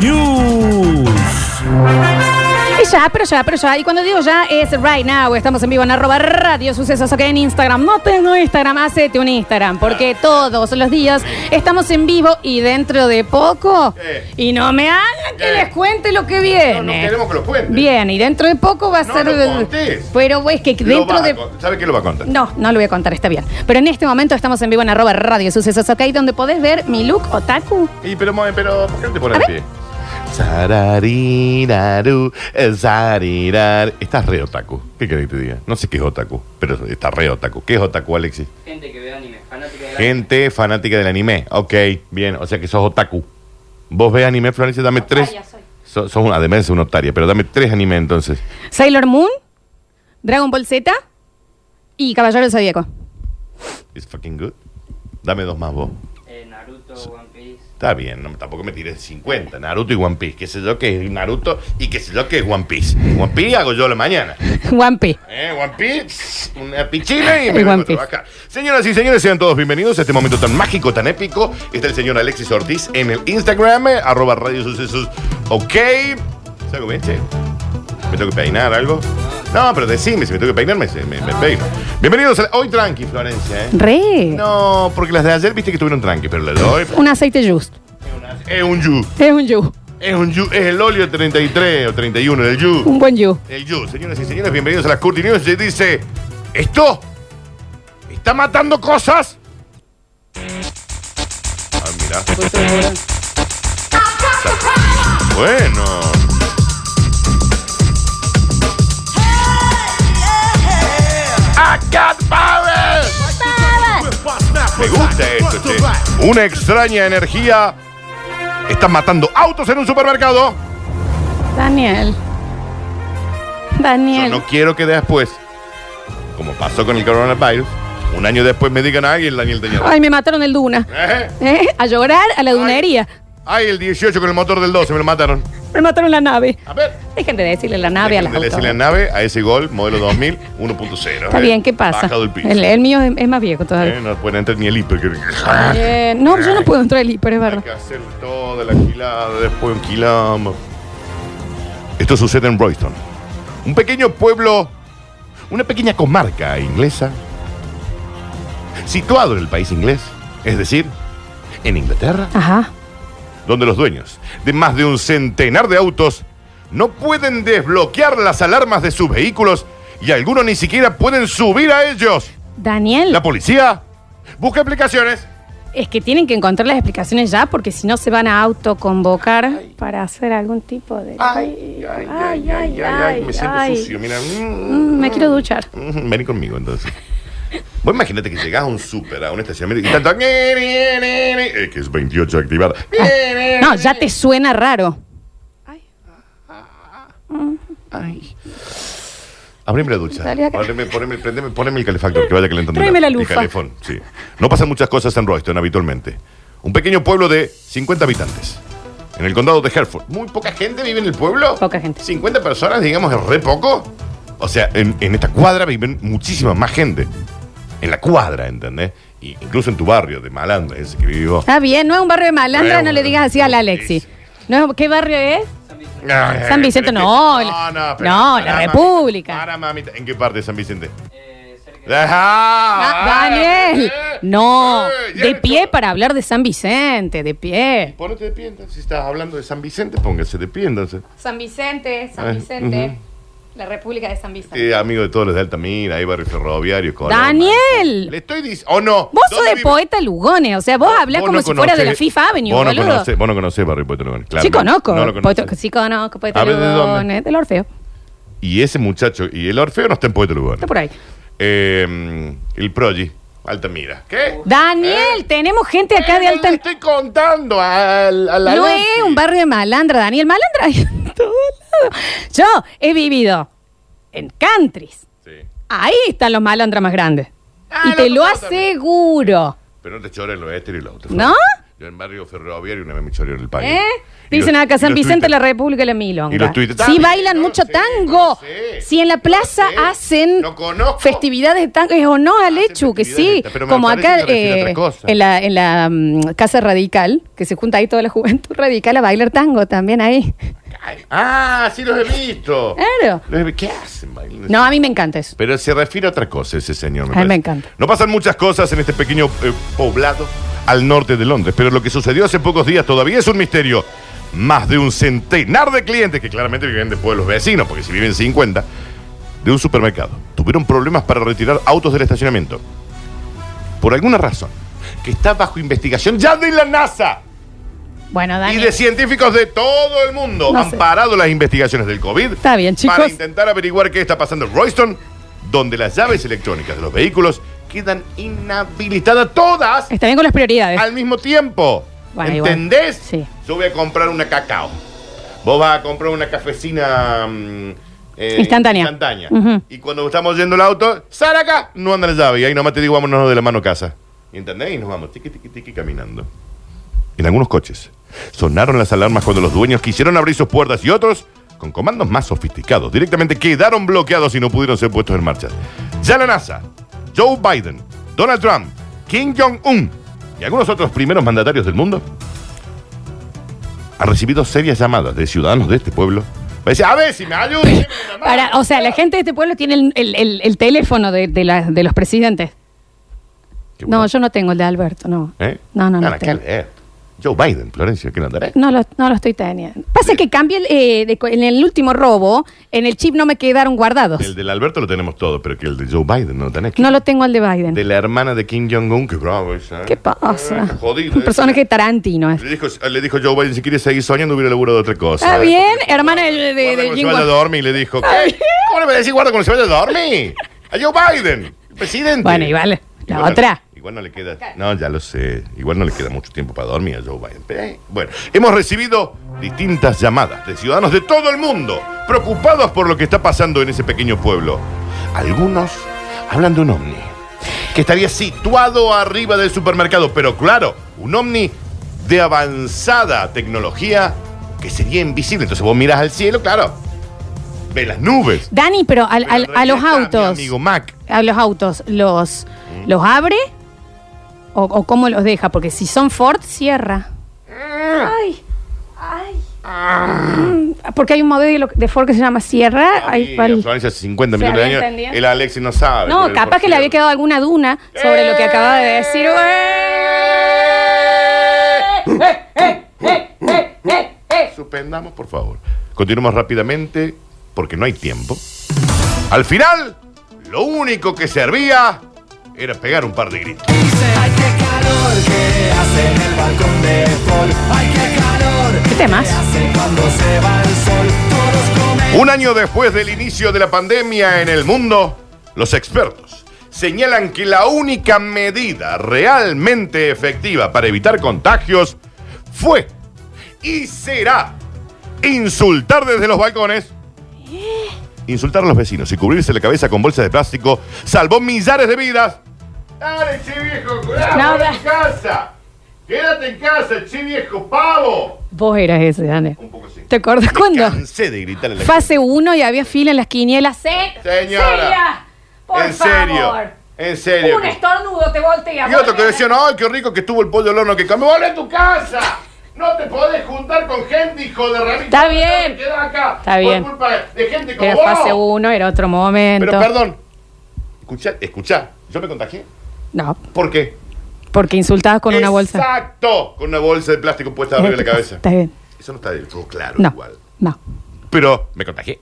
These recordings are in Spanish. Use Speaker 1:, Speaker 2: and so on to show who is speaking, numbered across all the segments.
Speaker 1: News.
Speaker 2: Y ya, pero ya, pero ya. Y cuando digo ya es right now. Estamos en vivo en arroba radio sucesos. Ok, en Instagram. No tengo Instagram, hacete un Instagram. Porque todos los días estamos en vivo y dentro de poco.
Speaker 3: Eh.
Speaker 2: Y no me hagan que
Speaker 3: Eh.
Speaker 2: les cuente lo que viene.
Speaker 3: No, no queremos que lo cuentes.
Speaker 2: eh. Bien, y dentro de poco va a
Speaker 3: No
Speaker 2: ser.
Speaker 3: lo contés.
Speaker 2: Pero es que
Speaker 3: Lo
Speaker 2: dentro
Speaker 3: va a
Speaker 2: de.
Speaker 3: con- ¿Sabe qué lo va a contar?
Speaker 2: No, no lo voy a contar, está bien. Pero en este momento estamos en vivo en arroba radio sucesos, ok, donde podés ver mi look otaku.
Speaker 3: Y pero, mo- pero, ¿por qué no te pones
Speaker 2: A
Speaker 3: de pie? Sarariraru, eh, sarirar. Estás re otaku. ¿Qué querés que te diga? No sé qué es otaku, pero está re otaku. ¿Qué es otaku, Alexis?
Speaker 4: Gente que ve anime, fanática de la
Speaker 3: Gente fanática del anime. Ok, bien. O sea que sos otaku. ¿Vos ves anime, Florencia? Dame tres.
Speaker 2: Otaria soy.
Speaker 3: So- Sos una demencia, una otaria, pero dame tres anime entonces.
Speaker 2: Sailor Moon, Dragon Ball Z y Caballero del Zodíaco.
Speaker 3: It's fucking good. Dame dos más vos.
Speaker 4: eh, Naruto, One Piece.
Speaker 3: Está bien, no, tampoco me tires 50. Naruto y One Piece. Qué sé yo que es Naruto y qué sé yo que es One Piece. One Piece hago yo a la mañana.
Speaker 2: One Piece.
Speaker 3: Eh, One Piece, una pichina y me
Speaker 2: El
Speaker 3: vengo
Speaker 2: One
Speaker 3: a
Speaker 2: Piece.
Speaker 3: trabajar. Señoras y señores, sean todos bienvenidos a este momento tan mágico, tan épico. Está el señor Alexis Ortiz en el Instagram, eh, arroba Radio Sucesos. Ok. ¿Sabes cómo es, che? ¿Me tengo que peinar algo? No, pero decime, si me tengo que peinar, me, me- me peino. Bienvenidos a Hoy tranqui, Florencia, ¿eh?
Speaker 2: Re.
Speaker 3: No, porque las de ayer viste que estuvieron tranqui, pero las de hoy...
Speaker 2: Un aceite just.
Speaker 3: Es un yu,
Speaker 2: Es un yu.
Speaker 3: es un yu, es el óleo 33 o 31, el yu.
Speaker 2: Un buen yu.
Speaker 3: El You, señoras y señores, bienvenidos a las Curti News. Y dice: ¿Esto? ¿Está matando cosas? Ah, mira. Bueno. I got power. Me gusta esto, che. Una extraña energía. Está matando autos en un supermercado.
Speaker 2: Daniel.
Speaker 3: Yo
Speaker 2: Daniel.
Speaker 3: no quiero que después, como pasó con el coronavirus, un año después me digan, ay, el Daniel tenía razón".
Speaker 2: Ay, me mataron el Duna.
Speaker 3: ¿Eh?
Speaker 2: ¿Eh? A llorar a la dunería.
Speaker 3: Ay, el 18 con el motor del 12 me lo mataron.
Speaker 2: Me mataron la nave.
Speaker 3: A ver.
Speaker 2: Dejen de decirle la nave a las
Speaker 3: Déjenme decirle a
Speaker 2: autos.
Speaker 3: nave a ese gol modelo 2000 1.0.
Speaker 2: Está
Speaker 3: ¿eh?
Speaker 2: bien, ¿qué pasa?
Speaker 3: Bajado el piso.
Speaker 2: El, el mío es, es más viejo
Speaker 3: ¿Eh?
Speaker 2: todavía.
Speaker 3: No pueden entrar ni el hiper. que-
Speaker 2: Eh, no, yo no puedo entrar al hiper, es
Speaker 3: Hay
Speaker 2: verdad.
Speaker 3: que hacer toda la gilada, después un quilombo. Esto sucede en Royston. Un pequeño pueblo, una pequeña comarca inglesa, situado en el país inglés, es decir, en Inglaterra,
Speaker 2: Ajá.
Speaker 3: donde los dueños de más de un centenar de autos no pueden desbloquear las alarmas de sus vehículos y algunos ni siquiera pueden subir a ellos.
Speaker 2: Daniel,
Speaker 3: La policía busca explicaciones.
Speaker 2: es que tienen que encontrar las explicaciones ya porque si no se van a autoconvocar para hacer algún tipo de...
Speaker 3: Ay, ay, ay, ay, ay, ay, me siento
Speaker 2: ay.
Speaker 3: sucio, mira.
Speaker 2: Mm, Me quiero duchar.
Speaker 3: Mm, Vení conmigo entonces. Vos imaginate que llegás a un súper, a un estacionamiento y tanto. eh, X28 activada.
Speaker 2: No, ya te suena raro.
Speaker 3: Ay. Abrime la ducha.
Speaker 2: Dale acá.
Speaker 3: Abrime, poneme, prendeme, poneme el calefactor que vaya calentando.
Speaker 2: Tráeme la lufa.
Speaker 3: El calefón, sí. No pasan muchas cosas en Royston habitualmente. Un pequeño pueblo de 50 habitantes. En el condado de Hereford. Muy poca gente vive en el pueblo.
Speaker 2: Poca gente.
Speaker 3: 50 personas, digamos, es re poco. O sea, en, en esta cuadra viven muchísima más gente. En la cuadra, ¿entendés? Y incluso en tu barrio de malandra, ese que vivo.
Speaker 2: Está bien, no es un barrio de malandra, no le digas así al Alexi. No, es- ¿Qué barrio es? San Vicente, no, la- no, la República.
Speaker 3: Para, mamita. ¿En qué parte de San Vicente?
Speaker 4: Eh, cerca de
Speaker 2: Ah,
Speaker 3: Ah,
Speaker 2: Daniel,
Speaker 3: eh,
Speaker 2: no,
Speaker 3: eh,
Speaker 2: de
Speaker 3: eh,
Speaker 2: pie para hablar de San Vicente, de pie.
Speaker 3: Ponete de pie, entonces. Si estás hablando de San Vicente, póngase de pie, entonces.
Speaker 2: San Vicente,
Speaker 3: Ah, Vicente, ujú.
Speaker 2: la República de San
Speaker 3: Eh, amigo de todos los de Altamira, ahí barrio ferroviario, Colón. Le
Speaker 2: Daniel,
Speaker 3: estoy diciendo. ¿O no?
Speaker 2: vos sos
Speaker 3: ¿Dónde
Speaker 2: de
Speaker 3: vive?
Speaker 2: poeta Lugones, o sea, vos hablás
Speaker 3: Vos
Speaker 2: como
Speaker 3: no
Speaker 2: si fuera de la
Speaker 3: conocés-
Speaker 2: FIFA Avenue,
Speaker 3: Vos no
Speaker 2: boludo.
Speaker 3: conocés- vos no conocés Barrio Poeta Lugones, claro.
Speaker 2: sí conozco,
Speaker 3: No lo
Speaker 2: poeta-
Speaker 3: conocés.
Speaker 2: sí conozco, poeta
Speaker 3: A ver, ¿de dónde?
Speaker 2: Lugones, del Orfeo,
Speaker 3: Y ese muchacho, y el Orfeo no está en Poeta Lugones.
Speaker 2: está por ahí.
Speaker 3: Eh, el Prodigy, Altamira. ¿Qué?
Speaker 2: Daniel, tenemos gente acá de
Speaker 3: Eh,
Speaker 2: alta...
Speaker 3: le estoy contando al, al
Speaker 2: No
Speaker 3: Alexis.
Speaker 2: es un barrio de malandra, Daniel. Malandra hay en todos lados. Yo he vivido en countries.
Speaker 3: Sí.
Speaker 2: Ahí están los malandras más grandes.
Speaker 3: Ah,
Speaker 2: y
Speaker 3: el
Speaker 2: te
Speaker 3: otro
Speaker 2: lo
Speaker 3: lado también.
Speaker 2: aseguro.
Speaker 3: Pero no te chores lo este y lo otro.
Speaker 2: ¿No?
Speaker 3: Yo en barrio ferroviario una vez me choreo en el país.
Speaker 2: ¿Eh? Dicen acá San Vicente, la República y la
Speaker 3: y
Speaker 2: Milonga.
Speaker 3: los Twitter
Speaker 2: Si
Speaker 3: también,
Speaker 2: bailan
Speaker 3: no
Speaker 2: mucho
Speaker 3: sé,
Speaker 2: tango.
Speaker 3: no sé.
Speaker 2: Si en la plaza
Speaker 3: sé.
Speaker 2: hacen
Speaker 3: No conozco.
Speaker 2: festividades de tango. Es o no, Alechu, que sí.
Speaker 3: festividades de- pero me
Speaker 2: Como
Speaker 3: parece
Speaker 2: acá
Speaker 3: que se refiere a
Speaker 2: eh,
Speaker 3: otra cosa.
Speaker 2: en la, en la mm, Casa Radical, que se junta ahí toda la juventud radical a bailar tango también ahí.
Speaker 3: Ay, Ah, sí los he visto.
Speaker 2: Claro.
Speaker 3: Los he vi- ¿Qué hacen bailando?
Speaker 2: ¿Eh? No, a mí me encanta eso.
Speaker 3: Pero se refiere a otra cosa ese señor.
Speaker 2: A mí me
Speaker 3: parece.
Speaker 2: encanta.
Speaker 3: No pasan muchas cosas en este pequeño eh, poblado al norte de Londres, pero lo que sucedió hace pocos días todavía es un misterio. Más de un centenar de clientes, que claramente viven después de los vecinos, porque si viven 50, de un supermercado, tuvieron problemas para retirar autos del estacionamiento. Por alguna razón, que está bajo investigación ya de la NASA.
Speaker 2: Bueno, Dani.
Speaker 3: Y de científicos de todo el mundo
Speaker 2: No
Speaker 3: han
Speaker 2: sé.
Speaker 3: parado las investigaciones del COVID
Speaker 2: Está bien, chicos.
Speaker 3: para intentar averiguar qué está pasando en Royston, donde las llaves electrónicas de los vehículos quedan inhabilitadas todas
Speaker 2: Está bien con las prioridades.
Speaker 3: al mismo tiempo.
Speaker 2: Eh. Bueno, igual.
Speaker 3: ¿Entendés?
Speaker 2: Sí.
Speaker 3: Yo voy a comprar una cacao. Vos vas a comprar una cafecina mm, eh,
Speaker 2: Instantánea. Ujú.
Speaker 3: Y cuando estamos yendo el auto, sal acá, no anda la llave. Y ahí nomás te digo, vámonos de la mano a casa. ¿Entendés? Y nos vamos, tiqui, tiqui, tiqui, caminando. En algunos coches sonaron las alarmas cuando los dueños quisieron abrir sus puertas y otros, con comandos más sofisticados, directamente quedaron bloqueados y no pudieron ser puestos en marcha. Ya la NASA, Joe Biden, Donald Trump, Kim Jong-un y algunos otros primeros mandatarios del mundo han recibido serias llamadas de ciudadanos de este pueblo. para decir, a ver si me ayudan. denme una mano".
Speaker 2: Para, o sea, la gente de este pueblo tiene el, el- el- el teléfono de, de la- de los presidentes.
Speaker 3: Qué
Speaker 2: No,
Speaker 3: bueno.
Speaker 2: yo no tengo el de Alberto, no.
Speaker 3: ¿Eh?
Speaker 2: No, no, no.
Speaker 3: Nada que ¿eh?
Speaker 2: tengo.
Speaker 3: leer. Joe Biden, Florencia, ¿qué no andaré?
Speaker 2: No lo, no lo estoy teniendo. Pasa que cambié el, eh, de cu- en el último robo, en el chip no me quedaron guardados.
Speaker 3: El del Alberto lo tenemos todo, pero que el de Joe Biden no lo tenés.
Speaker 2: No lo tengo el de Biden.
Speaker 3: De la hermana de Kim Jong-un, que bravo esa. ¿eh?
Speaker 2: ¿Qué pasa?
Speaker 3: Eh, qué jodido.
Speaker 2: Un
Speaker 3: esa.
Speaker 2: personaje de Tarantino. es.
Speaker 3: Le dijo, le dijo Joe Biden, si quiere seguir soñando, hubiera laburado otra cosa.
Speaker 2: Está
Speaker 3: ¿eh?
Speaker 2: bien, hermana de, de,
Speaker 3: Guarda
Speaker 2: de
Speaker 3: cuando se
Speaker 2: Jim
Speaker 3: vaya a
Speaker 2: Wal-
Speaker 3: dormir, le dijo. ¿Qué? ¿Cómo le voy a decir guarda cuando se vaya a dormir? A Joe Biden, el presidente.
Speaker 2: Bueno, y vale. La
Speaker 3: Igual no-
Speaker 2: otra.
Speaker 3: igual no le queda. No, ya lo sé. Igual no le queda mucho tiempo para dormir a Joe Biden. Pero, eh, bueno, hemos recibido distintas llamadas de ciudadanos de todo el mundo preocupados por lo que está pasando en ese pequeño pueblo. Algunos hablan de un ovni que estaría situado arriba del supermercado, pero claro, un ovni de avanzada tecnología que sería invisible. Entonces vos miras al cielo, claro, ves las nubes.
Speaker 2: Dani, pero al-
Speaker 3: Pero en
Speaker 2: al- a los
Speaker 3: realidad está mi
Speaker 2: autos.
Speaker 3: Amigo Mac.
Speaker 2: a los autos, ¿los,
Speaker 3: Mm.
Speaker 2: los abre o, o cómo los deja? Porque si son Ford, cierra.
Speaker 3: Ah.
Speaker 2: Ay, ay. Mm, Porque hay un modelo de Ford que se llama Sierra. ahí
Speaker 3: Ay,
Speaker 2: va el-
Speaker 3: Florencia hace 50
Speaker 2: Se
Speaker 3: millones de
Speaker 2: había
Speaker 3: años.
Speaker 2: entendido.
Speaker 3: El Alexis no sabe. por
Speaker 2: No,
Speaker 3: el- Eh.
Speaker 2: capaz
Speaker 3: por
Speaker 2: que le había
Speaker 3: cierto.
Speaker 2: quedado alguna duna sobre lo que acababa de decir.
Speaker 3: Suspendamos, por favor. Continuamos rápidamente porque no hay tiempo. Al final, lo único que servía era pegar un par de gritos.
Speaker 5: Ay, qué calor que hace en el balcón de Paul. Ay, qué calor
Speaker 2: ¿Qué temas?
Speaker 5: que hace cuando se va el sol. Todos comen.
Speaker 3: Un año después del inicio de la pandemia en el mundo, los expertos señalan que la única medida realmente efectiva para evitar contagios fue y será insultar desde los balcones. Insultar a los vecinos y cubrirse la cabeza con bolsas de plástico salvó millares de vidas. ¡Dale, che viejo!
Speaker 2: No,
Speaker 3: ¡Quédate
Speaker 2: da-
Speaker 3: en casa! ¡Quédate en casa, che viejo pavo!
Speaker 2: Vos eras ese, Dani.
Speaker 3: Un poco así.
Speaker 2: ¿Te acordás
Speaker 3: Me
Speaker 2: cuándo?
Speaker 3: Cansé de gritarle a la
Speaker 2: Fase 1 y había fila en las quinielas. Se-
Speaker 3: Señora.
Speaker 2: Celia, por
Speaker 3: en serio.
Speaker 2: favor.
Speaker 3: En serio.
Speaker 2: Un estornudo te voltea.
Speaker 3: Y otro que decían, ay, qué rico que estuvo el pollo al horno que comió. ¡Vuelve a tu casa! No te podés juntar con gente, hijo de ramita.
Speaker 2: Está bien.
Speaker 3: Quedá acá.
Speaker 2: Está bien.
Speaker 3: Por culpa de gente como
Speaker 2: Era
Speaker 3: vos.
Speaker 2: fase 1, era otro momento.
Speaker 3: Pero perdón. Escuchá, escuchá. Yo me contagié.
Speaker 2: No,
Speaker 3: ¿Por qué?
Speaker 2: porque insultabas con una bolsa.
Speaker 3: Exacto. Con una bolsa de plástico puesta arriba de la cabeza.
Speaker 2: Está bien.
Speaker 3: Eso no está del todo claro
Speaker 2: No.
Speaker 3: igual.
Speaker 2: No.
Speaker 3: Pero me contagié.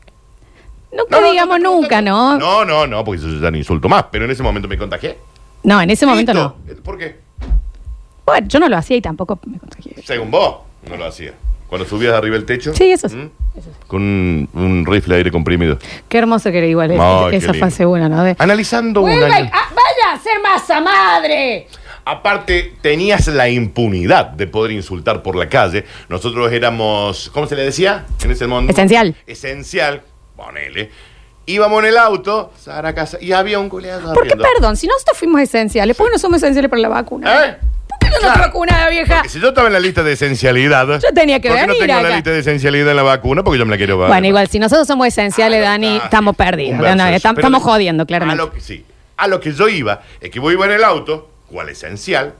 Speaker 2: Nunca digamos
Speaker 3: no, no,
Speaker 2: nunca,
Speaker 3: no,
Speaker 2: ¿no? No,
Speaker 3: No, no, no, porque eso ya no insulto más. Pero en ese momento me contagié.
Speaker 2: en ese momento no.
Speaker 3: Listo. ¿Por qué?
Speaker 2: Bueno, yo no lo hacía y tampoco me contagié.
Speaker 3: Según vos, no lo hacía. Cuando subías arriba el techo.
Speaker 2: Sí, eso sí.
Speaker 3: ¿Mm? Con un, un rifle de aire comprimido.
Speaker 2: Qué hermoso que era igual es-
Speaker 3: Ay, qué
Speaker 2: esa
Speaker 3: lindo.
Speaker 2: fase 1, ¿no? De,
Speaker 3: Analizando un
Speaker 2: ¡Vuelva
Speaker 3: año.
Speaker 2: y- ah, ¡Vaya a ser masa madre!
Speaker 3: Aparte, tenías la impunidad de poder insultar por la calle. Nosotros éramos, ¿cómo se le decía? En ese mundo.
Speaker 2: Esencial.
Speaker 3: Esencial, ponele. Íbamos en el auto, Sara Casa, y había un culeado
Speaker 2: ¿Por qué,
Speaker 3: arriendo.
Speaker 2: perdón? Si nosotros fuimos esenciales, ¿por qué no somos esenciales para la vacuna?
Speaker 3: ¿Eh?
Speaker 2: ¿Por qué no nos
Speaker 3: Claro.
Speaker 2: vacunada, vieja?
Speaker 3: Porque si yo estaba en la lista de esencialidad.
Speaker 2: Yo tenía que
Speaker 3: ¿por qué
Speaker 2: venir
Speaker 3: no tengo
Speaker 2: acá?
Speaker 3: la lista de esencialidad en la vacuna porque yo me la quiero vacunar.
Speaker 2: Bueno, igual, si nosotros somos esenciales, Dani,
Speaker 3: Ah,
Speaker 2: estamos
Speaker 3: sí,
Speaker 2: perdidos.
Speaker 3: un verso
Speaker 2: No, no,
Speaker 3: eso.
Speaker 2: estam-
Speaker 3: Pero
Speaker 2: estamos
Speaker 3: de-
Speaker 2: jodiendo,
Speaker 3: A
Speaker 2: claramente.
Speaker 3: lo que, sí, a lo que yo iba es que vos iba en el auto, cual esencial,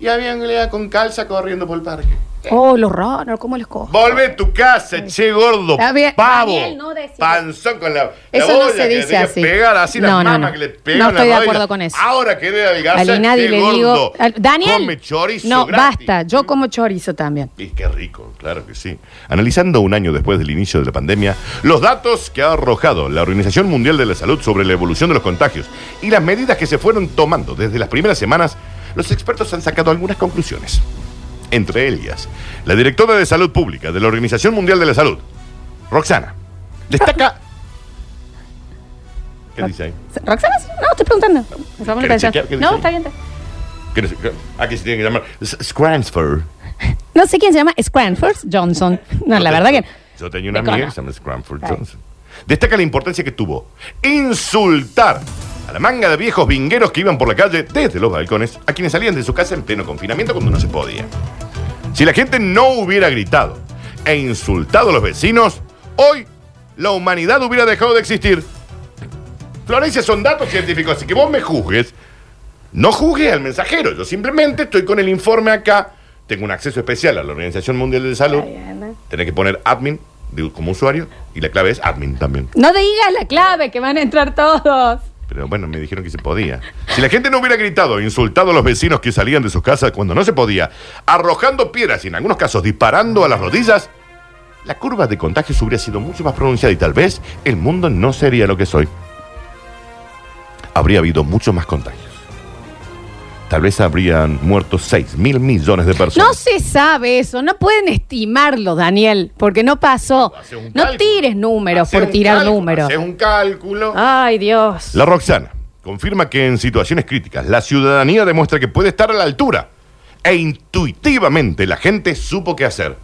Speaker 3: y había un lea con calza corriendo por el parque.
Speaker 2: Oh, los raros, ¿cómo los cojo?
Speaker 3: Volve a tu casa, che gordo,
Speaker 2: Está bien.
Speaker 3: pavo,
Speaker 2: Daniel, no decía-
Speaker 3: panzón con la, la
Speaker 2: Eso no
Speaker 3: bola
Speaker 2: se
Speaker 3: que
Speaker 2: dice
Speaker 3: le deja
Speaker 2: así.
Speaker 3: pegar así las
Speaker 2: No, no,
Speaker 3: mamas
Speaker 2: no.
Speaker 3: que le pegan
Speaker 2: No
Speaker 3: en la
Speaker 2: estoy de
Speaker 3: rodilla.
Speaker 2: agardo con eso.
Speaker 3: Ahora que debe adelgazar,
Speaker 2: Dani, nadie
Speaker 3: che
Speaker 2: le
Speaker 3: gordo,
Speaker 2: digo. al- Daniel.
Speaker 3: come chorizo
Speaker 2: no,
Speaker 3: gratis.
Speaker 2: basta. Yo como chorizo también.
Speaker 3: Y qué rico, claro que sí. Analizando un año después del inicio de la pandemia, los datos que ha arrojado la Organización Mundial de la Salud sobre la evolución de los contagios y las medidas que se fueron tomando desde las primeras semanas, los expertos han sacado algunas conclusiones. Entre ellas, la directora de Salud Pública de la Organización Mundial de la Salud, Roxana, destaca... ¿Qué dice ahí?
Speaker 2: ¿Roxana? sí? No, estoy preguntando. Vamos a
Speaker 3: ¿Querés
Speaker 2: pensar.
Speaker 3: chequear qué dice
Speaker 2: No,
Speaker 3: ahí?
Speaker 2: está bien. está-
Speaker 3: ¿Qué dice? Ah, que se tiene que llamar... S- Scransfer.
Speaker 2: No sé quién se llama Scranford Johnson. No, la verdad que no.
Speaker 3: Yo tenía una
Speaker 2: De
Speaker 3: amiga
Speaker 2: corona.
Speaker 3: que se llama Scranford
Speaker 2: Está bien.
Speaker 3: Johnson. Destaca la importancia que tuvo insultar a la manga de viejos vingueros que iban por la calle desde los balcones a quienes salían de su casa en pleno confinamiento cuando no se podía. Si la gente no hubiera gritado e insultado a los vecinos, hoy la humanidad hubiera dejado de existir. Florencia, son datos científicos, así que vos me juzgues. No juzgues al mensajero, yo simplemente estoy con el informe acá. Tengo un acceso especial a la Organización Mundial de Salud. Tenés que poner admin de- como usuario y la clave es admin también.
Speaker 2: No digas la clave que van a entrar todos.
Speaker 3: Pero bueno, me dijeron que se podía. Si la gente no hubiera gritado, e insultado a los vecinos que salían de sus casas cuando no se podía, arrojando piedras y en algunos casos disparando a las rodillas, la curva de contagios hubiera sido mucho más pronunciada y tal vez el mundo no sería lo que soy. Habría habido mucho más contagios. Tal vez habrían muerto 6 mil millones de personas.
Speaker 2: No se sabe eso, no pueden estimarlo, Daniel, porque no pasó.
Speaker 3: Hacés un
Speaker 2: No
Speaker 3: cálculo.
Speaker 2: tires números
Speaker 3: Hacés
Speaker 2: por
Speaker 3: un
Speaker 2: tirar
Speaker 3: cálculo,
Speaker 2: números.
Speaker 3: hacés un cálculo.
Speaker 2: Ay, Dios.
Speaker 3: La Roxana confirma que en situaciones críticas la ciudadanía demuestra que puede estar a la altura e intuitivamente la gente supo qué hacer.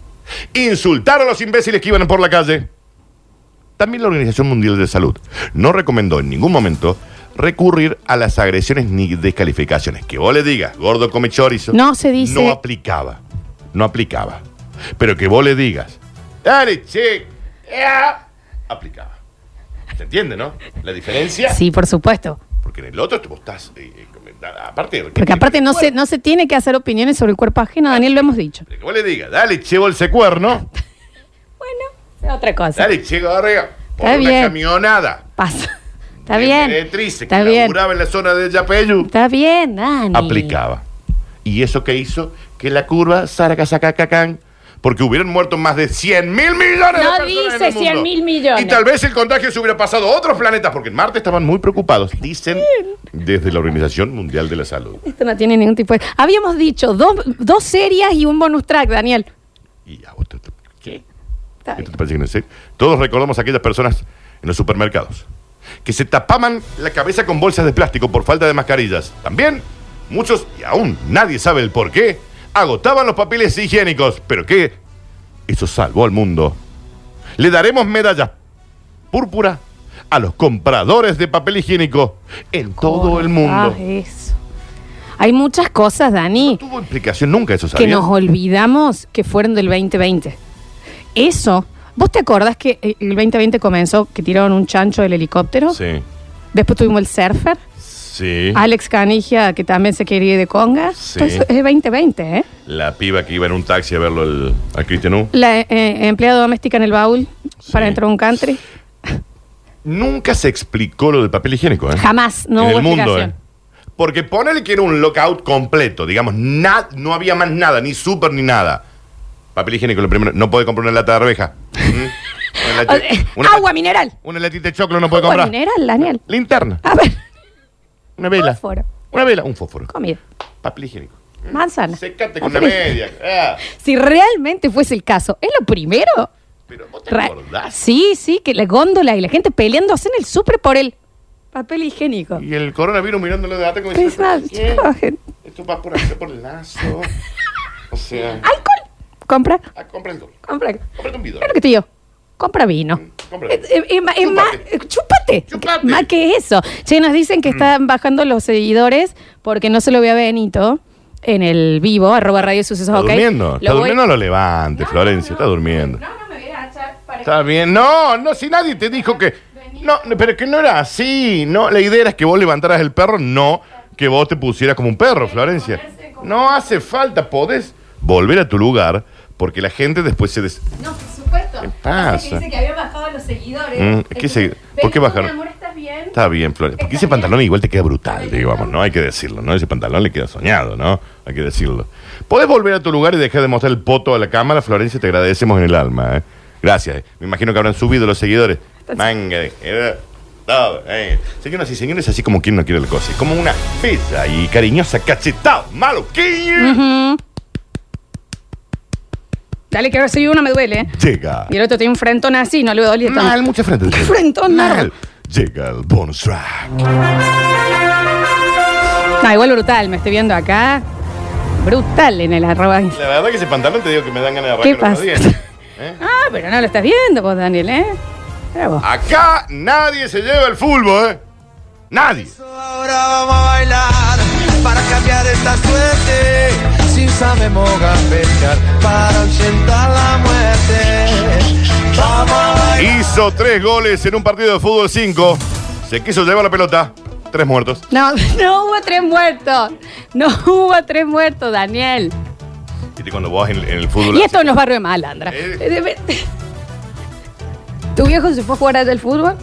Speaker 3: Insultar a los imbéciles que iban por la calle. También la Organización Mundial de Salud no recomendó en ningún momento recurrir a las agresiones ni descalificaciones. Que vos le digas, gordo come chorizo.
Speaker 2: No se dice-
Speaker 3: No aplicaba. No aplicaba. Pero que vos le digas, dale, che, ea", aplicaba. ¿Se entiende, no? La diferencia.
Speaker 2: Sí, por supuesto.
Speaker 3: Porque en el otro vos estás. eh, eh, comentando- aparte.
Speaker 2: Porque aparte no se, no se tiene que hacer opiniones sobre el cuerpo ajeno, Daniel, lo hemos dicho.
Speaker 3: Que vos le digas, dale, che, bolse cuerno.
Speaker 2: Bueno, es otra cosa.
Speaker 3: Dale, che, gorrea. Por
Speaker 2: Está
Speaker 3: una
Speaker 2: bien.
Speaker 3: camionada.
Speaker 2: Pasa. Está
Speaker 3: de
Speaker 2: bien.
Speaker 3: meretrices
Speaker 2: Está
Speaker 3: Eh, que
Speaker 2: bien.
Speaker 3: laburaba en la zona de Yapeyú.
Speaker 2: Está bien, Dani.
Speaker 3: Aplicaba. Y eso que hizo que la curva Saracacacacán. Porque hubieran muerto más de 100 mil millones
Speaker 2: No
Speaker 3: de personas. en
Speaker 2: dice
Speaker 3: el mundo.
Speaker 2: 100 mil millones.
Speaker 3: Y tal vez el contagio se hubiera pasado a otros planetas, porque en Marte estaban muy preocupados, dicen desde la Organización Mundial de la Salud.
Speaker 2: Esto no tiene ningún tipo de... Habíamos dicho dos, dos series y un bonus track, Daniel.
Speaker 3: Y a vos te- te- ¿Qué?
Speaker 2: Está bien.
Speaker 3: ¿Esto te parece que no es serio? Todos recordamos a aquellas personas en los supermercados que se tapaban la cabeza con bolsas de plástico por falta de mascarillas. También muchos, y aún nadie sabe el por qué, agotaban los papeles higiénicos. ¿Pero qué? Eso salvó al mundo. Le daremos medallas púrpura a los compradores de papel higiénico en todo el mundo.
Speaker 2: Ah, eso. Hay muchas cosas, Dani.
Speaker 3: No tuvo implicación nunca eso,
Speaker 2: que
Speaker 3: ¿sabías?
Speaker 2: nos olvidamos que fueron del 2020. Eso, ¿vos te acordás que eh, el 2020 comenzó, que tiraron un chancho del helicóptero?
Speaker 3: Sí,
Speaker 2: Después tuvimos el surfer,
Speaker 3: sí.
Speaker 2: Alex Canigia, que también se quería ir de conga.
Speaker 3: Sí.
Speaker 2: Todo eso es el 2020, ¿eh?
Speaker 3: La piba que iba en un taxi a verlo al, al Cristian U.
Speaker 2: La eh, empleada doméstica en el baúl para entrar a un country.
Speaker 3: Nunca se explicó lo del papel higiénico, ¿eh?
Speaker 2: Jamás, no
Speaker 3: en
Speaker 2: hubo
Speaker 3: el mundo, ¿eh?
Speaker 2: explicación.
Speaker 3: Porque ponele que era un lockout completo, digamos, na- no había más nada, ni súper ni nada. Papel higiénico, lo primero, no puede comprar una lata de arveja. ¿Mm? Una lata-
Speaker 2: Eh,
Speaker 3: una-
Speaker 2: Agua mineral.
Speaker 3: Una latita de choclo no puede
Speaker 2: Agua
Speaker 3: comprar.
Speaker 2: mineral, Daniel.
Speaker 3: Linterna,
Speaker 2: A ver,
Speaker 3: una vela.
Speaker 2: Fósforo.
Speaker 3: Una vela, un fósforo.
Speaker 2: comida.
Speaker 3: Papel higiénico.
Speaker 2: Manzana.
Speaker 3: Secate con una media. ah.
Speaker 2: Si realmente fuese el caso, ¿es lo primero?
Speaker 3: Pero vos te
Speaker 2: Ra-
Speaker 3: acordás.
Speaker 2: Sí, sí, que la góndola y la gente peleándose en el súper por el papel higiénico.
Speaker 3: Y el coronavirus mirándolo de atrás como
Speaker 2: Es
Speaker 3: diciendo,
Speaker 2: nada,
Speaker 3: "¿Qué?
Speaker 2: chicos, gente.
Speaker 3: Esto va por acá, por el lazo. O sea,
Speaker 2: Alcohol. Compra,
Speaker 3: ah, compra el doble.
Speaker 2: compra.
Speaker 3: Cómprate un bidón.
Speaker 2: Claro que te digo. Compra vino.
Speaker 3: Mm, Compra.
Speaker 2: Eh, eh, eh, ma- eh, ma-
Speaker 3: Chúpate.
Speaker 2: eh, chúpate.
Speaker 3: Chúpate.
Speaker 2: Más que eso. Che, nos dicen que
Speaker 3: Mm.
Speaker 2: están bajando los seguidores porque no se lo ve a Benito en el vivo, arroba radio sucesos.
Speaker 3: Está
Speaker 2: ok.
Speaker 3: durmiendo. Está
Speaker 2: voy-
Speaker 3: durmiendo, no lo levante, Florencia. Está durmiendo.
Speaker 2: No, no me voy a echar para
Speaker 3: Está bien. No, no, si nadie te dijo que. No, no, pero que no era así. No, la idea era que vos levantaras el perro, no que vos te pusieras como un perro, Florencia. No hace falta, podés volver a tu lugar porque la gente después se des.
Speaker 2: No, por supuesto.
Speaker 3: pasa?
Speaker 2: Pasa que dice que habían bajado los seguidores.
Speaker 3: Mm,
Speaker 2: Es
Speaker 3: ¿qué
Speaker 2: que-
Speaker 3: segui-
Speaker 2: Benito,
Speaker 3: por qué bajaron?
Speaker 2: mi amor, ¿estás bien?
Speaker 3: Está bien, Florencia. Porque ese pantalón igual te queda brutal, digamos, ¿no? Hay que decirlo, ¿no? Ese pantalón le queda soñado, ¿no? Hay que decirlo. Podés volver a tu lugar y dejar de mostrar el poto a la cámara, Florencia, te agradecemos en el alma, ¿eh? Gracias. eh. Me imagino que habrán subido los seguidores. Manga de- eh, todo, eh. Señoras y señores, así como quien no quiere la cosa. Como una pizza y cariñosa cachetada. Maluquilla.
Speaker 2: Dale, que ahora soy uno me duele.
Speaker 3: Llega.
Speaker 2: Y el otro tiene un frentón así, no le dolía tanto.
Speaker 3: Mal, mucha frente.
Speaker 2: Qué frentón,
Speaker 3: Mal. Llega el bonus track.
Speaker 2: No, igual brutal, me estoy viendo acá. Brutal en el arroba.
Speaker 3: La verdad que ese pantalón te digo que me dan ganas de
Speaker 2: ¿Qué
Speaker 3: arrancar los
Speaker 2: pasa?
Speaker 3: dientes, ¿eh?
Speaker 2: Ah, pero no lo estás viendo vos, Daniel, ¿eh? Mira vos.
Speaker 3: Acá nadie se lleva el fútbol, ¿eh? Nadie.
Speaker 5: Ahora vamos a bailar para cambiar esta suerte. Si sabemos gambetear para ausentar la muerte. Vamos a bailar.
Speaker 3: Hizo tres goles en un partido de fútbol 5. Se quiso llevar la pelota. Tres muertos.
Speaker 2: No, no hubo tres muertos. No hubo tres muertos, Daniel.
Speaker 3: Viste cuando vos en, en el fútbol.
Speaker 2: Y esto en los barrios de Malandra.
Speaker 3: Eh.
Speaker 2: ¿Tu viejo se fue a jugar allá al fútbol?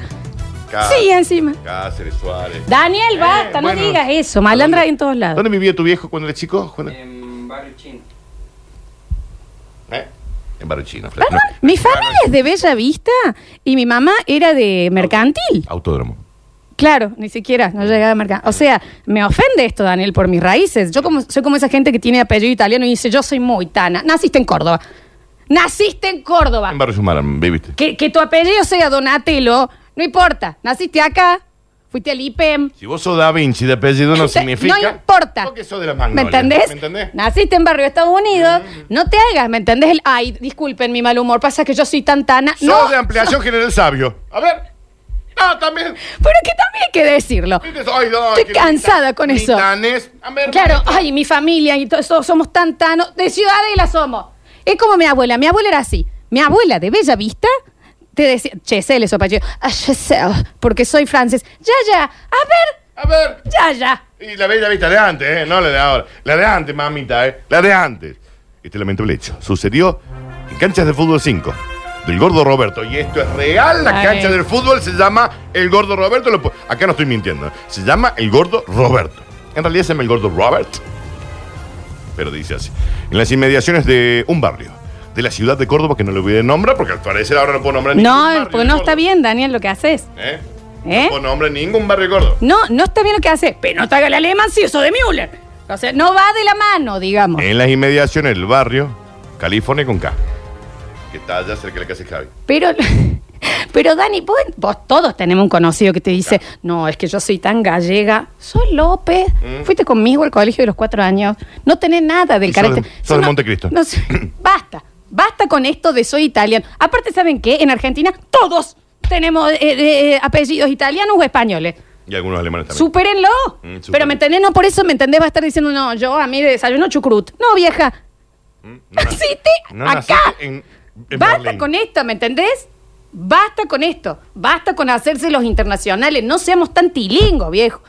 Speaker 3: Cá-
Speaker 2: Sí, encima.
Speaker 3: Cáceres, Suárez.
Speaker 2: Daniel, basta,
Speaker 3: Eh, bueno.
Speaker 2: no digas eso. Malandra hay en todos lados.
Speaker 3: ¿Dónde vivía tu viejo cuando era chico? Cuando-
Speaker 4: En Barrio Chino.
Speaker 3: ¿Eh? En Barrochino.
Speaker 2: Perdón, mi familia es de Bella Vista y mi mamá era de mercantil.
Speaker 3: Autódromo.
Speaker 2: Claro, ni siquiera, no llegaba a mercantil. O sea, me ofende esto, Daniel, por mis raíces. Yo como, soy como esa gente que tiene apellido italiano y dice, yo soy moitana. Naciste en Córdoba. Naciste en Córdoba.
Speaker 3: En Barrio Sumar, viviste.
Speaker 2: Que, que tu apellido sea Donatello, no importa. Naciste acá, fuiste al IPEM.
Speaker 3: Si vos sos Da Vinci de apellido, no
Speaker 2: Ente-
Speaker 3: significa.
Speaker 2: No importa.
Speaker 3: Porque sos de las magnolias.
Speaker 2: ¿Me entendés?
Speaker 3: ¿Me entendés? Mm,
Speaker 2: Naciste en barrio de Estados Unidos. No te hagas, ¿me entendés? El, ay, disculpen mi mal humor. Pasa que yo soy tantana.
Speaker 3: Sos
Speaker 2: No,
Speaker 3: de Ampliación General Sabio. A ver. No, también.
Speaker 2: pero que también hay que decirlo.
Speaker 3: Viste, ay, no,
Speaker 2: Estoy
Speaker 3: que
Speaker 2: cansada
Speaker 3: mita-
Speaker 2: con eso.
Speaker 3: mitanes. A ver,
Speaker 2: Claro, ay, mi familia y todo eso, somos tantanos. De ciudadela somos. Es como mi abuela. Mi abuela era así. Mi abuela de Bella Vista te decía, Chesel, eso para oh, porque soy francés. Ya, ya. A
Speaker 3: A ver.
Speaker 2: ver, ya, ya.
Speaker 3: Y la bella vista de antes, ¿eh? No la de ahora. La de antes, mamita, ¿eh? La de antes. Este lamentable hecho sucedió en canchas de fútbol 5 del Gordo Roberto. Y esto es real. La
Speaker 2: Ay.
Speaker 3: cancha del fútbol se llama El Gordo Roberto. Lo pu- Acá no estoy mintiendo. ¿eh? Se llama El Gordo Roberto. En realidad se llama El Gordo Robert. Pero dice así. En las inmediaciones de un barrio de la ciudad de Córdoba, que no le voy a nombrar porque al parecer ahora no puedo nombrar ningún barrio
Speaker 2: No,
Speaker 3: de
Speaker 2: porque no
Speaker 3: Córdoba.
Speaker 2: está bien, Daniel, lo que haces.
Speaker 3: ¿Eh?
Speaker 2: ¿Eh?
Speaker 3: No puedo nombrar ningún barrio de Córdoba.
Speaker 2: No, no está bien lo que hace, pero no te haga el alemán si eso de Müller. O sea, no va de la mano, digamos.
Speaker 3: En las inmediaciones del barrio, California con K. Que está allá cerca de la casa de Javi.
Speaker 2: Pero, pero Dani, vos, vos todos tenemos un conocido que te dice, no, es que yo soy tan gallega. Sos López, fuiste conmigo al colegio de los cuatro años. No tenés nada del
Speaker 3: Mm. Y sos de-
Speaker 2: carácter.
Speaker 3: sos de Montecristo.
Speaker 2: no sé. basta, basta con esto de soy italiano. Aparte, ¿saben qué? En Argentina todos tenemos eh, eh, apellidos italianos o españoles.
Speaker 3: Y algunos alemanes también.
Speaker 2: Supérenlo.
Speaker 3: Mm, supérenlo.
Speaker 2: Pero me entendés, no por eso me entendés, va a estar diciendo, no, yo a mí de desayuno chucrut. No, vieja. naciste
Speaker 3: Mm, No naciste
Speaker 2: acá.
Speaker 3: en- en
Speaker 2: Basta
Speaker 3: Berlín.
Speaker 2: con esto, ¿me entendés? Basta con esto. Basta con hacerse los internacionales. No seamos tan tilingos, viejo.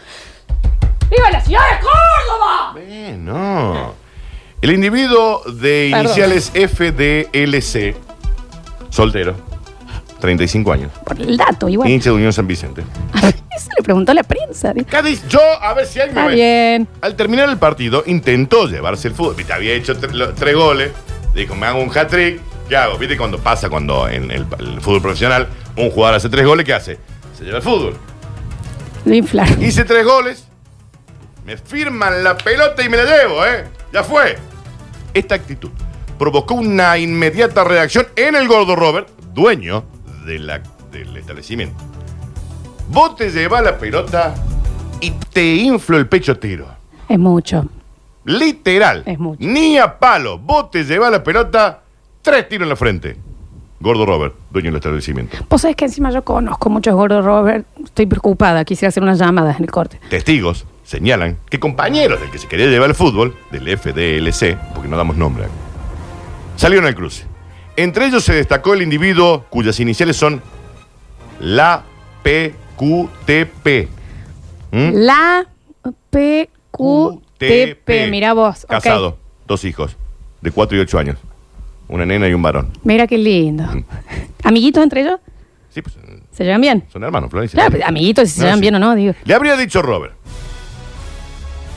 Speaker 2: ¡Viva la ciudad de Córdoba!
Speaker 3: Bueno. El individuo de
Speaker 2: Perdón.
Speaker 3: iniciales FDLC, soltero, 35 años,
Speaker 2: Por el dato, igual.
Speaker 3: hincha de Unión San Vicente.
Speaker 2: Eso le preguntó la prensa. dijo.
Speaker 3: Cádiz, yo, a ver si alguien
Speaker 2: Está
Speaker 3: me-
Speaker 2: bien.
Speaker 3: Al terminar el partido, intentó llevarse el fútbol. Viste, había hecho tre- lo- tres goles. Dijo, me hago un hat-trick. ¿Qué hago? ¿Viste cuando pasa cuando en el, el fútbol profesional un jugador hace tres goles? ¿Qué hace? Se lleva el fútbol.
Speaker 2: Lo inflaron.
Speaker 3: Hice tres goles. Me firman la pelota y me la llevo, ¿eh? Ya fue. Esta actitud provocó una inmediata reacción en el gordo Robert, dueño de la- del establecimiento. Vos te llevas la pelota y te inflo el pecho tiro.
Speaker 2: Es mucho.
Speaker 3: Literal.
Speaker 2: Es mucho.
Speaker 3: Ni a palo. Vos te llevas la pelota, tres tiros en la frente. Gordo Robert, dueño del establecimiento.
Speaker 2: Vos sabés que encima yo conozco muchos gordos, Robert. Estoy preocupada. Quisiera hacer unas llamadas en el corte.
Speaker 3: Testigos señalan que compañeros del que se quería llevar el fútbol, del FDLC, porque no damos nombre, salieron al cruce. Entre ellos se destacó el individuo cuyas iniciales son la PQTP. ¿Mm?
Speaker 2: La PQTP. Mira vos. ok.
Speaker 3: Casado, dos hijos, de 4 y 8 años. Una nena y un varón.
Speaker 2: Mira qué lindo.
Speaker 3: Mm.
Speaker 2: ¿Amiguitos entre ellos?
Speaker 3: Sí, pues
Speaker 2: ¿Se llevan bien?
Speaker 3: son hermanos, Florencia.
Speaker 2: Claro, pero amiguitos, si se
Speaker 3: No,
Speaker 2: llevan
Speaker 3: sí.
Speaker 2: bien o no, digo.
Speaker 3: Le habría dicho Robert.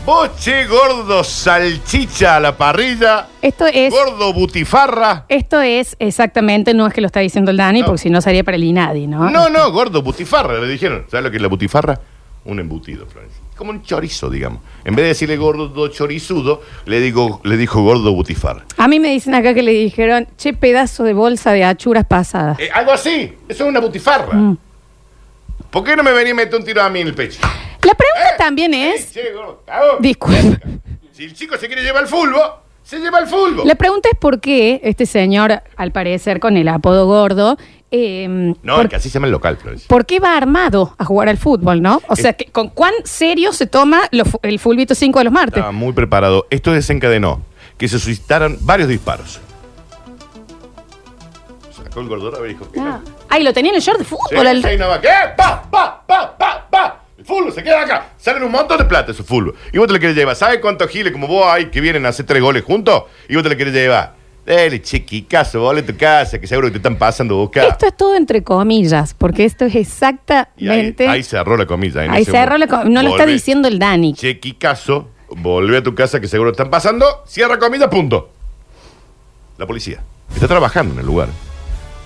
Speaker 3: Boche gordo salchicha a la parrilla,
Speaker 2: Esto es,
Speaker 3: gordo butifarra.
Speaker 2: esto es exactamente, no es que lo está diciendo el Dani,
Speaker 3: No.
Speaker 2: porque si no sería para el Inadi, ¿no?
Speaker 3: No, no, gordo butifarra, le dijeron. ¿Sabes lo que es la butifarra? Un embutido, Florencia. Como un chorizo, digamos. En vez de decirle gordo chorizudo, le, digo, le dijo gordo butifarra.
Speaker 2: A mí me dicen acá que le dijeron, che, pedazo de bolsa de achuras pasadas.
Speaker 3: Eh, algo así, eso es una butifarra.
Speaker 2: Mm.
Speaker 3: ¿Por qué no me venía a meter un tiro a mí en el pecho?
Speaker 2: La
Speaker 3: Eh.
Speaker 2: pregunta también es,
Speaker 3: Che, gordo, cagón.
Speaker 2: disculpa,
Speaker 3: Si el chico se quiere llevar el fulbo, se lleva el fulbo.
Speaker 2: la pregunta es por qué este señor, al parecer con el apodo gordo, eh,
Speaker 3: No,
Speaker 2: por,
Speaker 3: es que así se llama el local, Florencia.
Speaker 2: por qué va armado a jugar al fútbol, no? O sea, que, ¿con cuán serio se toma lo fu- el fulbito 5 de los martes?
Speaker 3: Estaba muy preparado. Esto desencadenó que se suscitaran varios disparos. Sacó el gordura y dijo: ¿Qué?
Speaker 2: Ah, Ahí lo tenía en el short de
Speaker 3: Sí,
Speaker 2: fútbol. el-
Speaker 3: sí, nada más. ¿Qué? ¡Pa, pa, pa, pa, pa! El fulbo se queda acá. Salen un montón de plata esos fulbo. Y vos te lo querés llevar. ¿Sabes cuántos giles como vos hay que vienen a hacer tres goles juntos? Y vos te lo querés llevar. Dale, chiquicazo, vole a tu casa, que seguro que te están pasando boca.
Speaker 2: Esto es todo entre comillas, porque esto es
Speaker 3: Y ahí,
Speaker 2: exactamente.
Speaker 3: ahí cerró la comilla. en
Speaker 2: ahí
Speaker 3: ese
Speaker 2: cerró la
Speaker 3: momento.
Speaker 2: co- No lo está
Speaker 3: Volvé.
Speaker 2: diciendo el Dani.
Speaker 3: Chequicazo, volvé a tu casa que seguro están pasando, cierra comida, punto. La policía está trabajando en el lugar.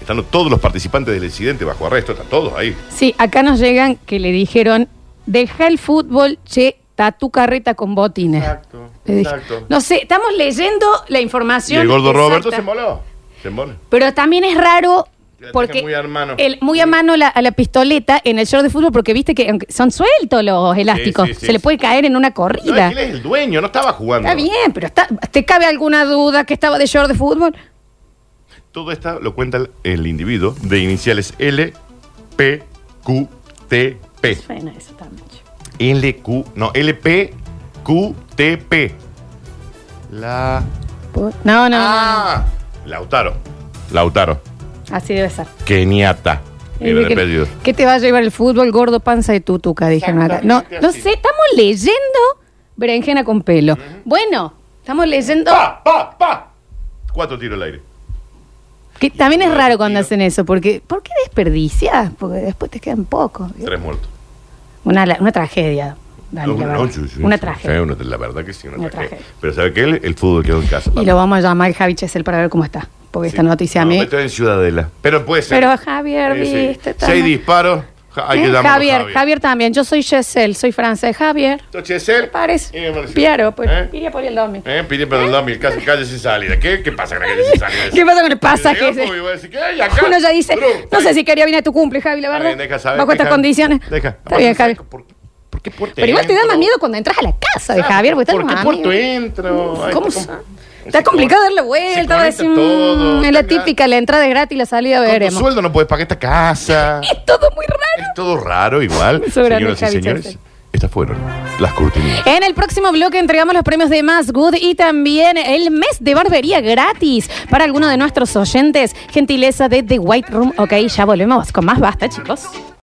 Speaker 3: Están todos los participantes del incidente bajo arresto, están todos ahí.
Speaker 2: Sí, acá nos llegan que le dijeron: deja el fútbol, che, está tu carreta con botines.
Speaker 3: Exacto,
Speaker 2: Le dije-
Speaker 3: exacto.
Speaker 2: No sé, estamos leyendo la
Speaker 3: Y
Speaker 2: información.
Speaker 3: el gordo
Speaker 2: exacta.
Speaker 3: Roberto se moló. Se moló.
Speaker 2: Pero también es raro.
Speaker 3: La
Speaker 2: Porque
Speaker 3: deja muy a mano.
Speaker 2: el- muy a mano la, a la pistoleta en el short de fútbol, porque viste que aunque son sueltos los elásticos.
Speaker 3: sí, sí,
Speaker 2: se le
Speaker 3: sí.
Speaker 2: puede caer en una
Speaker 3: No,
Speaker 2: corrida.
Speaker 3: él es el dueño, no estaba jugando.
Speaker 2: Está bien, pero está- ¿te cabe alguna duda que estaba de short de fútbol?
Speaker 3: Todo esto lo cuenta el, el individuo de iniciales L, P, Q, T, P.
Speaker 2: Suena eso también.
Speaker 3: L, Q, no, L, P, Q, T, P. La...
Speaker 2: No, no, no,
Speaker 3: Ah, Lautaro. Lautaro.
Speaker 2: no. Así debe ser.
Speaker 3: Keniata. Era de
Speaker 2: Dice que-
Speaker 3: apellido.
Speaker 2: ¿Qué te va a llevar el fútbol gordo panza de tutuca? Dijeron acá. No,
Speaker 3: Exactamente
Speaker 2: no
Speaker 3: así.
Speaker 2: sé, estamos leyendo berenjena con pelo. Bueno, estamos leyendo.
Speaker 3: ¡Pa! ¡Pa! ¡Pa! Cuatro tiros al aire.
Speaker 2: Que también es
Speaker 3: Tiro,
Speaker 2: raro cuando
Speaker 3: tiro.
Speaker 2: hacen eso, porque ¿por qué desperdicias? Porque después te quedan pocos.
Speaker 3: Tres muertos.
Speaker 2: Una, la- una tragedia. Dani, la verdad.
Speaker 3: sí, sí,
Speaker 2: una
Speaker 3: sí,
Speaker 2: tragedia.
Speaker 3: sí, una- la verdad que sí, una,
Speaker 2: Una
Speaker 3: tragedia.
Speaker 2: tragedia.
Speaker 3: Pero ¿sabe qué? El, el fútbol quedó en casa.
Speaker 2: Y lo vamos a llamar Javi Chesel para ver cómo está. Porque esta noticia a
Speaker 3: No,
Speaker 2: mí.
Speaker 3: estoy en Ciudadela. Pero puede ser.
Speaker 2: Pero Javier,
Speaker 3: Sí, sí.
Speaker 2: viste.
Speaker 3: Seis
Speaker 2: también.
Speaker 3: disparos. Ja- hay que
Speaker 2: Eh,
Speaker 3: llamarlo
Speaker 2: Javier, Javier, también. Yo soy Chesel, soy francés. Javier.
Speaker 3: Entonces, es él.
Speaker 2: ¿Qué parece?
Speaker 3: Y me pareció.
Speaker 2: Piero, pues.
Speaker 3: ¿Eh?
Speaker 2: Iría por el domingo.
Speaker 3: ¿Eh? Pide perdón, mi calle, calle sin salida. ¿Qué, ¿Qué pasa con la calle sin salida?
Speaker 2: ¿Qué pasa con el
Speaker 3: Yo
Speaker 2: pasaje?
Speaker 3: llego, pues, y voy a decir, ¿qué hay acá?
Speaker 2: Uno ya dice,
Speaker 3: Trum,
Speaker 2: no sé si quería venir a tu cumple, Javi, la
Speaker 3: Está
Speaker 2: verdad.
Speaker 3: bien, deja saber.
Speaker 2: Bajo estas
Speaker 3: deja-
Speaker 2: condiciones.
Speaker 3: Deja.
Speaker 2: Está bien,
Speaker 3: Aparte,
Speaker 2: Javi.
Speaker 3: ¿sabes ¿Por, qué- por qué puerta
Speaker 2: Pero igual te da
Speaker 3: entro?
Speaker 2: más miedo cuando entras a la casa de
Speaker 3: Claro,
Speaker 2: Javier, porque estás
Speaker 3: ¿Por
Speaker 2: con
Speaker 3: qué
Speaker 2: más
Speaker 3: puerto
Speaker 2: amigos.
Speaker 3: entro? Ay,
Speaker 2: Mm, ¿Cómo
Speaker 3: está
Speaker 2: se-
Speaker 3: com-
Speaker 2: Está
Speaker 3: se
Speaker 2: complicado
Speaker 3: conecta-
Speaker 2: darle
Speaker 3: se
Speaker 2: vuelta, va a
Speaker 3: conecta
Speaker 2: decir,
Speaker 3: todo,
Speaker 2: "Mm, es
Speaker 3: está
Speaker 2: la
Speaker 3: acá.
Speaker 2: típica, la entrada es gratis, la salida
Speaker 3: Con tu
Speaker 2: veremos.
Speaker 3: sueldo no puedes pagar esta casa.
Speaker 2: Es todo muy raro.
Speaker 3: es todo raro igual.
Speaker 2: Eso grande,
Speaker 3: Señoras y
Speaker 2: Javi
Speaker 3: señores,
Speaker 2: Chesel.
Speaker 3: estas fueron las cortinas.
Speaker 2: En el próximo bloque entregamos los premios de Más Good y también el mes de barbería gratis para alguno de nuestros oyentes. Gentileza de The White Room. Ok, ya volvemos con más basta, chicos.